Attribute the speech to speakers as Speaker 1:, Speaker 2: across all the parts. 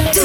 Speaker 1: samedi,
Speaker 2: Tous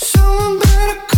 Speaker 3: So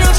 Speaker 4: Oh.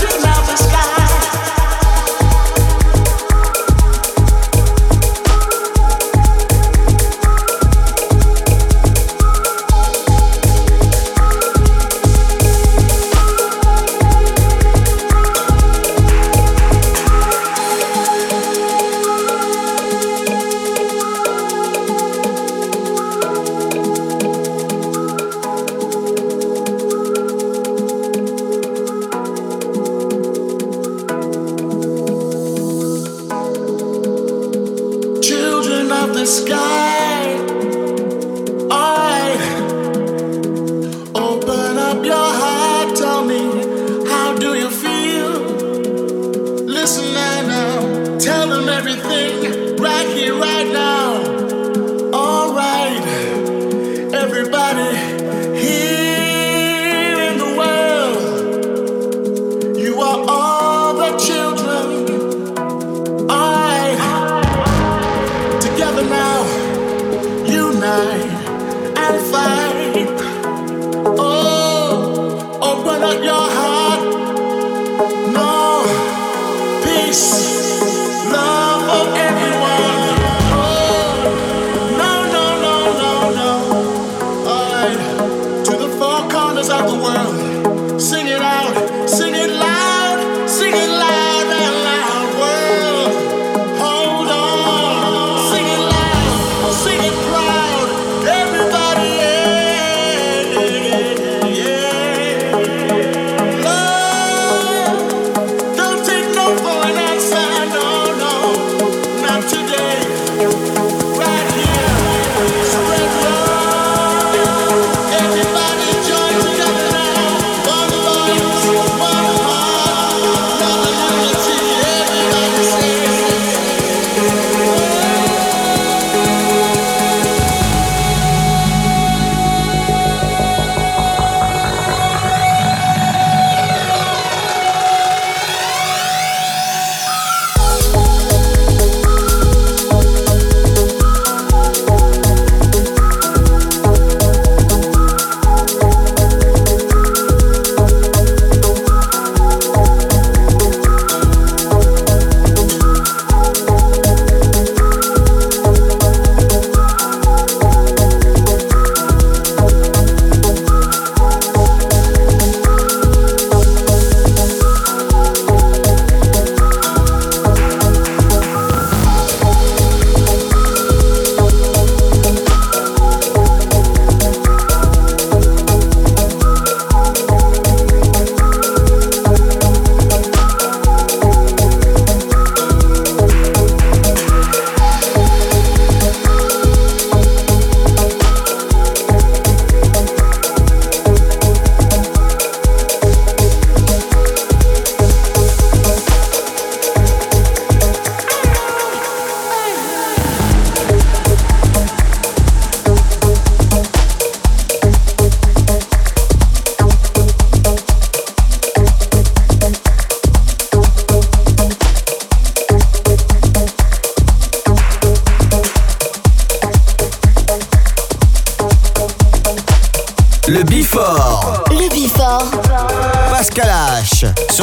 Speaker 4: Together now. Oh, Oh,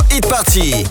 Speaker 2: Hit Party.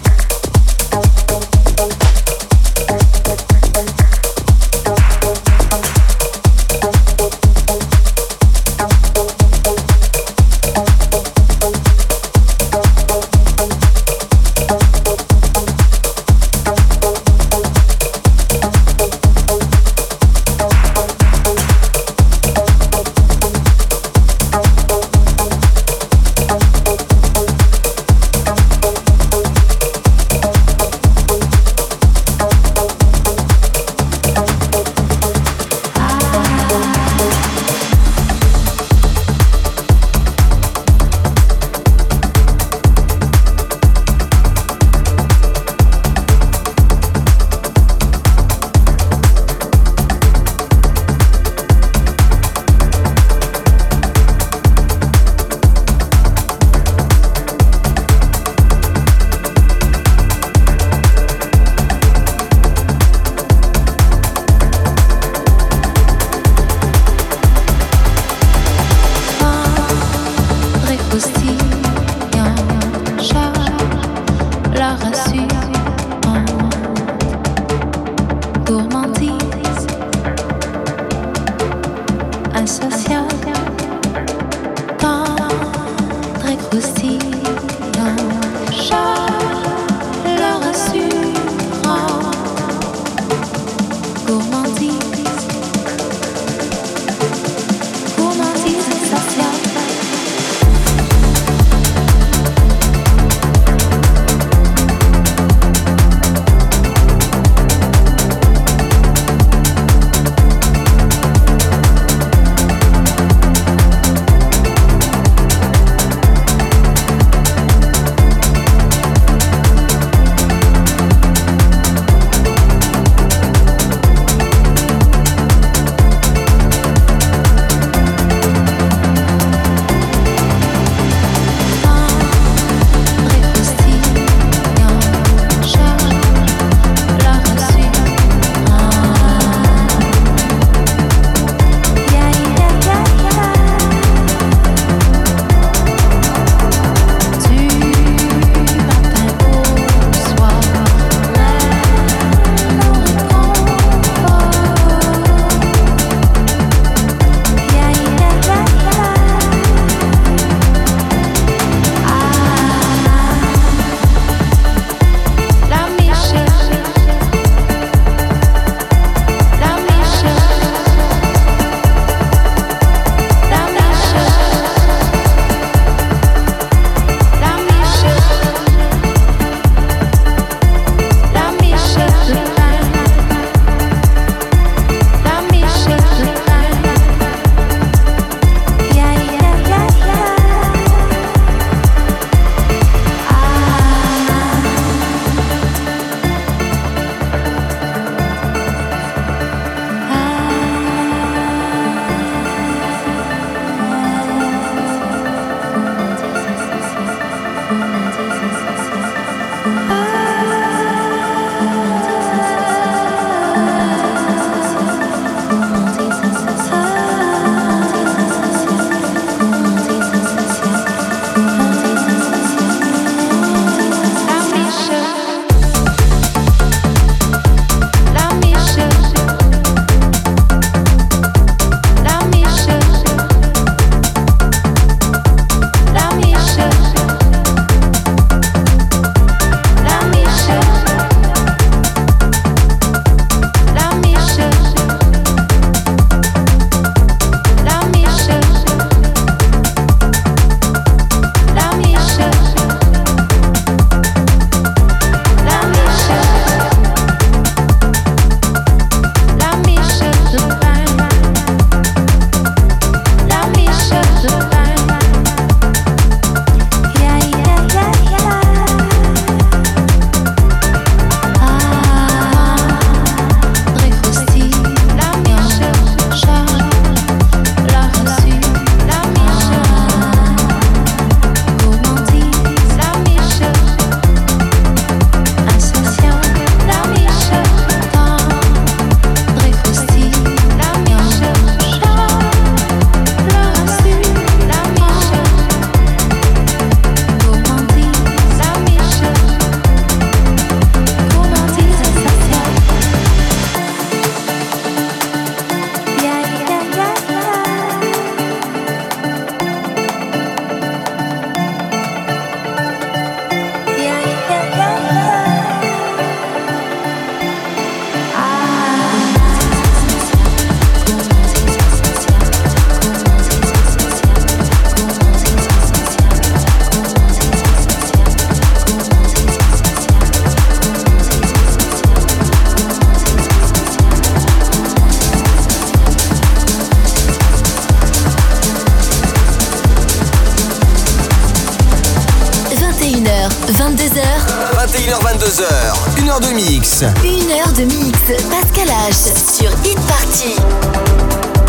Speaker 2: 1h22h, 1h de mix.
Speaker 1: Une heure de mix. Pascal H. Sur Hit Party.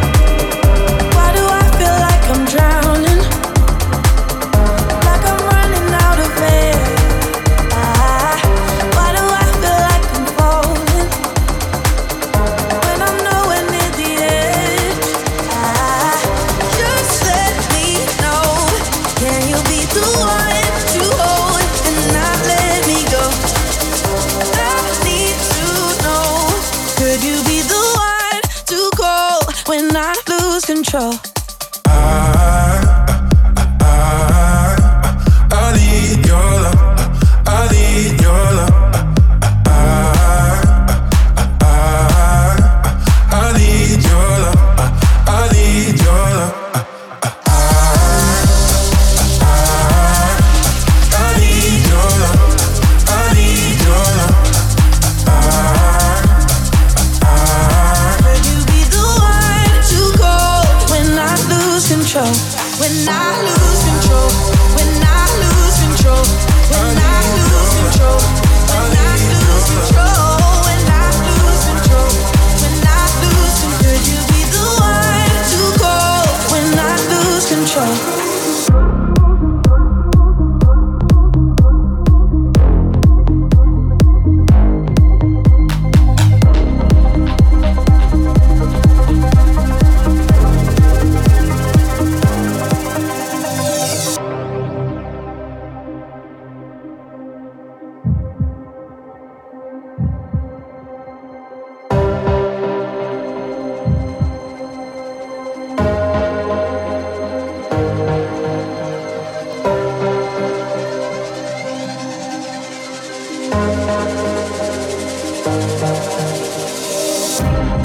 Speaker 3: Why do I feel like I'm drowning? Like I'm running out of air. Ah, Why do I feel like I'm falling? When I'm nowhere near the edge. Just let me know. Can you be the one to hold and not let me go? I need to know. Could you be the one to call when I lose control?
Speaker 4: I need your love. I need your love. uh, uh, I need your love. I need your love. I need your love. I need your love.
Speaker 3: Could you be the one to call when I lose control? When I lose control. When I lose control. When I lose control. When I lose control. When I lose control. When I lose control. Could you be the one to call when I lose control?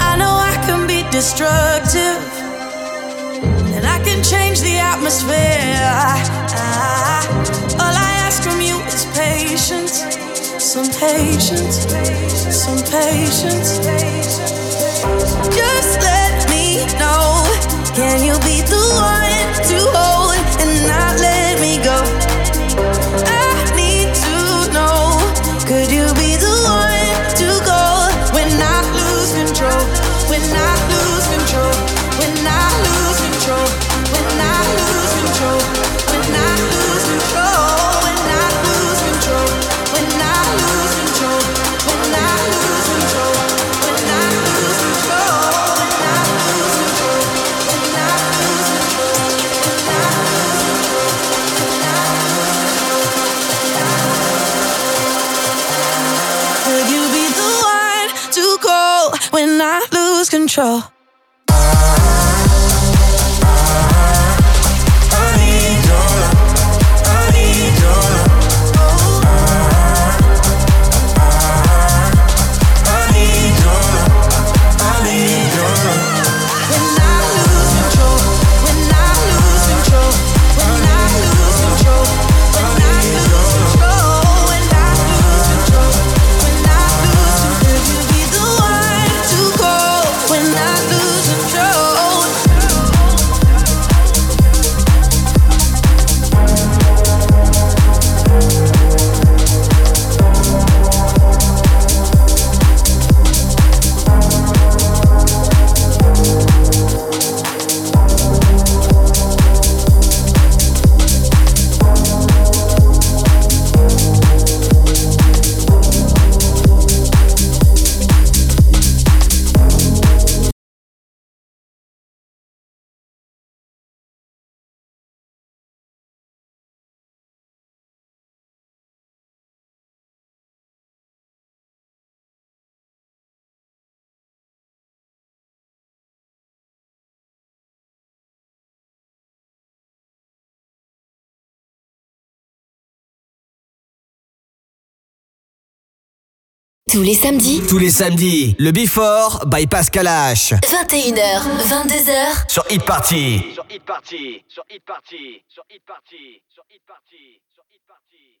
Speaker 3: I know I can be destructive and I can change the atmosphere. I- all I ask from you is patience, some patience, some patience. Just let me know. Can you be the one to hold and not let me go? I need to know. Could you be the one to go when I lose control? When I lose control? When I lose control? When I lose control? When I lose control? When I lose control? When I lose control? When I lose control? When I lose control? When I lose control? When I lose control? When I lose control? Could you be the one to call when I lose control?
Speaker 4: I need your love. I need your love. I need your love. I need your love.
Speaker 3: When I lose control, when I lose control, when I lose control, when I lose control, when I lose control, when I lose control, could you be the one to call when I lose control?
Speaker 1: Tous les samedis,
Speaker 2: Tous les samedis, le Before by Pascal H.
Speaker 1: 21h, 22h.
Speaker 2: Sur Hit Party.
Speaker 5: sur Hit Party, sur Hit Party, sur Hit Party, sur Hit Party, sur Hit Party, sur Hit Party.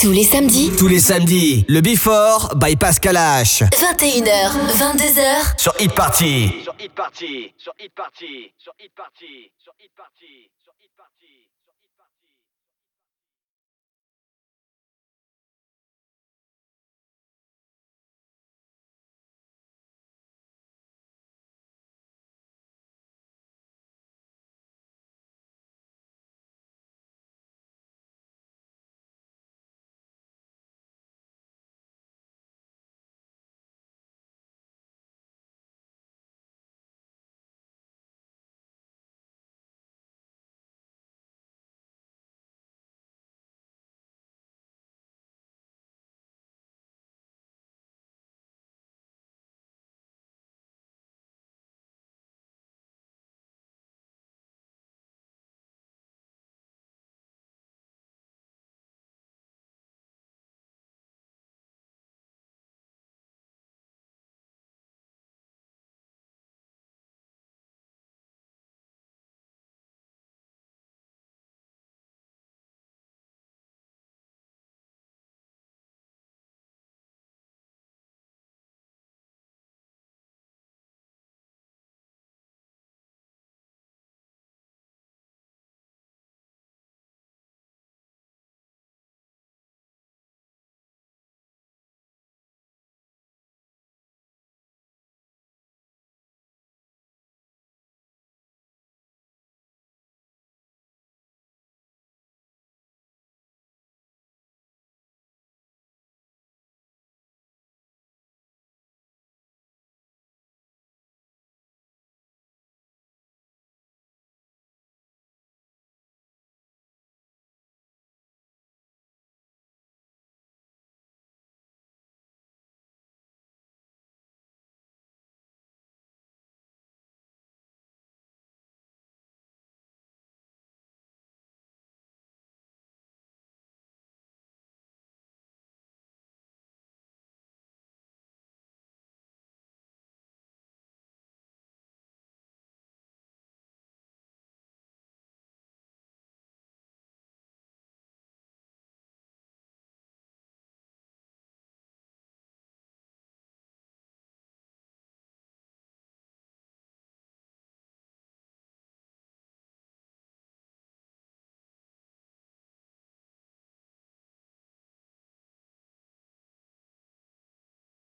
Speaker 1: Tous les samedis,
Speaker 2: Tous les samedis, le Before by Pascal H.
Speaker 1: 21h, 22h.
Speaker 2: Sur Hit Party.
Speaker 5: sur Hit Party, sur Hit Party, sur Hit Party, sur Hit Party, sur Hit Party, sur Hit Party.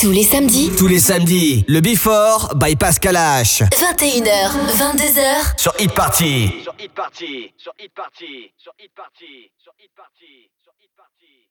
Speaker 1: Tous les samedis,
Speaker 2: Tous les samedis, le Before by Pascal H.
Speaker 1: 21h, 22h.
Speaker 2: Sur Hit Party.
Speaker 5: sur Hit Party, sur Hit Party, sur Hit Party, sur Hit Party, sur Hit Party, sur Hit Party.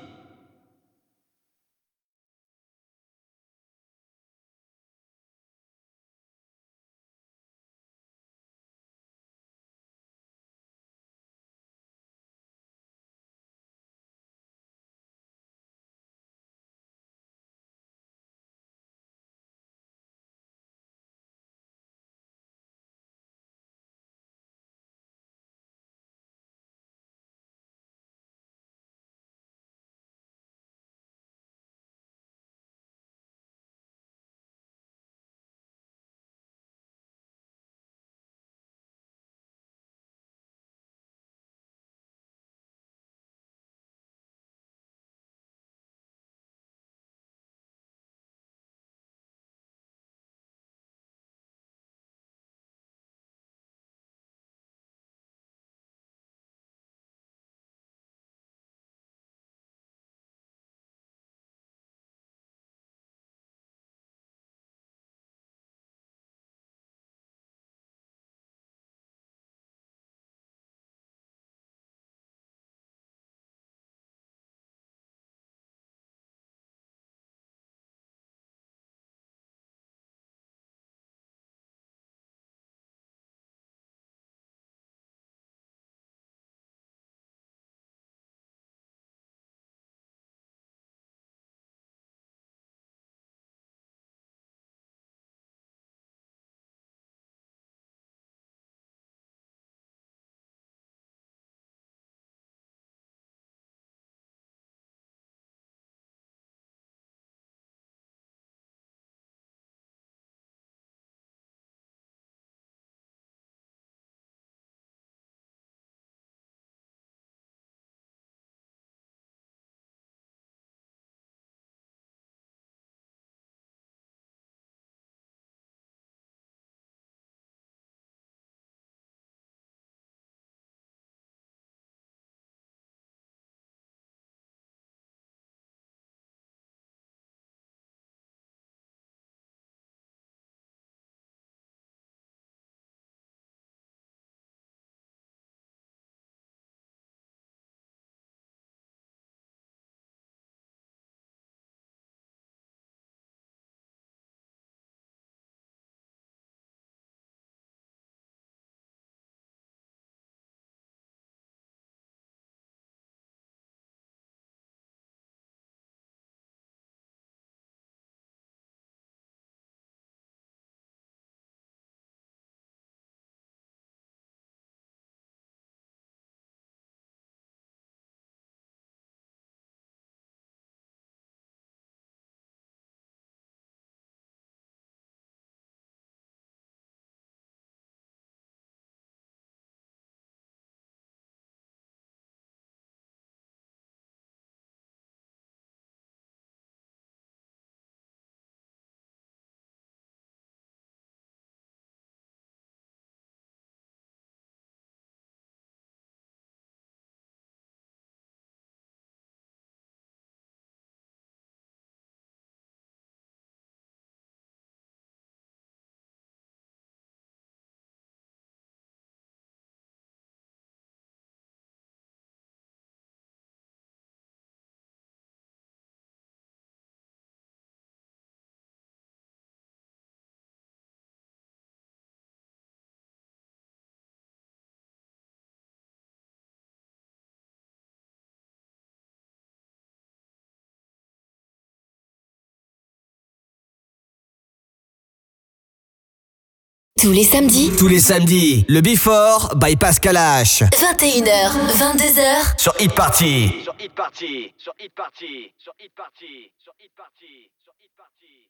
Speaker 1: Tous les samedis,
Speaker 2: Tous les samedis, le Bifort by Pascal H.
Speaker 1: 21h, 22h.
Speaker 2: Sur Hit Party.
Speaker 5: sur Hit Party, sur Hit Party, sur Hit Party, sur Hit Party, sur Hit Party, sur Hit Party.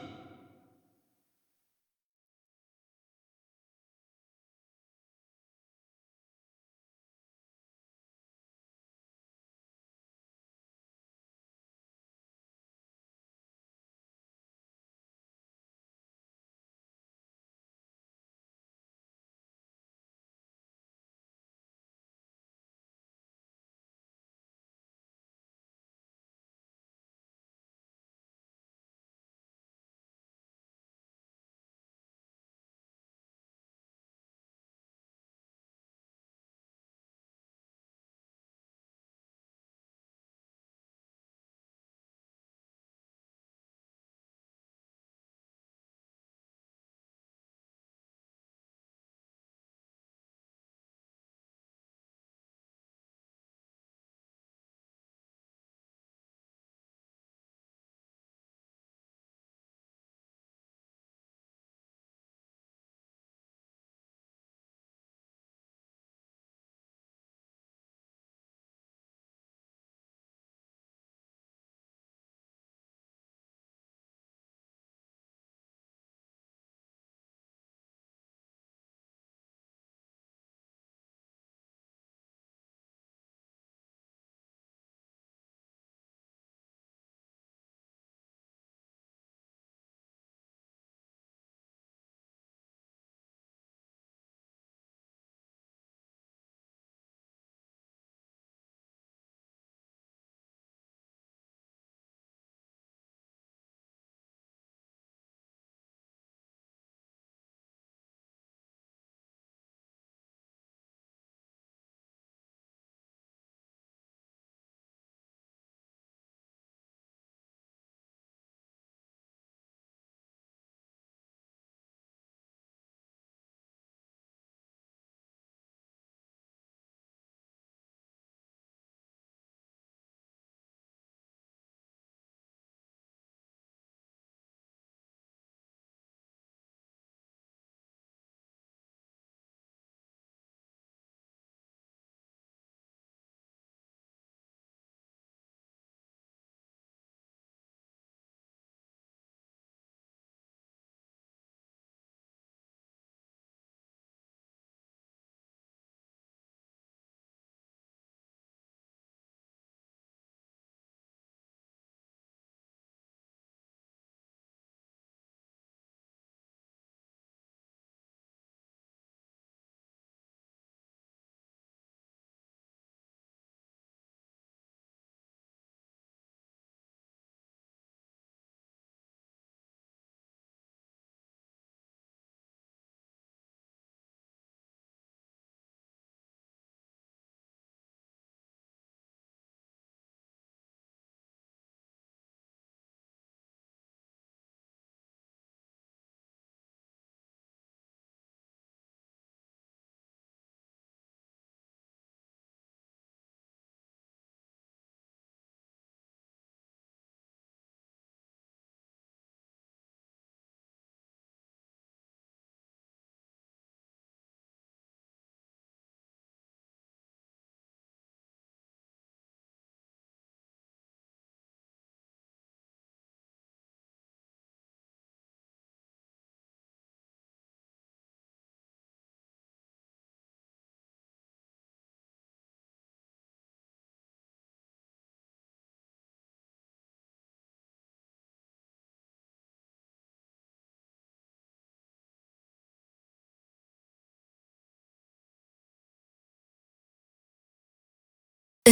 Speaker 1: h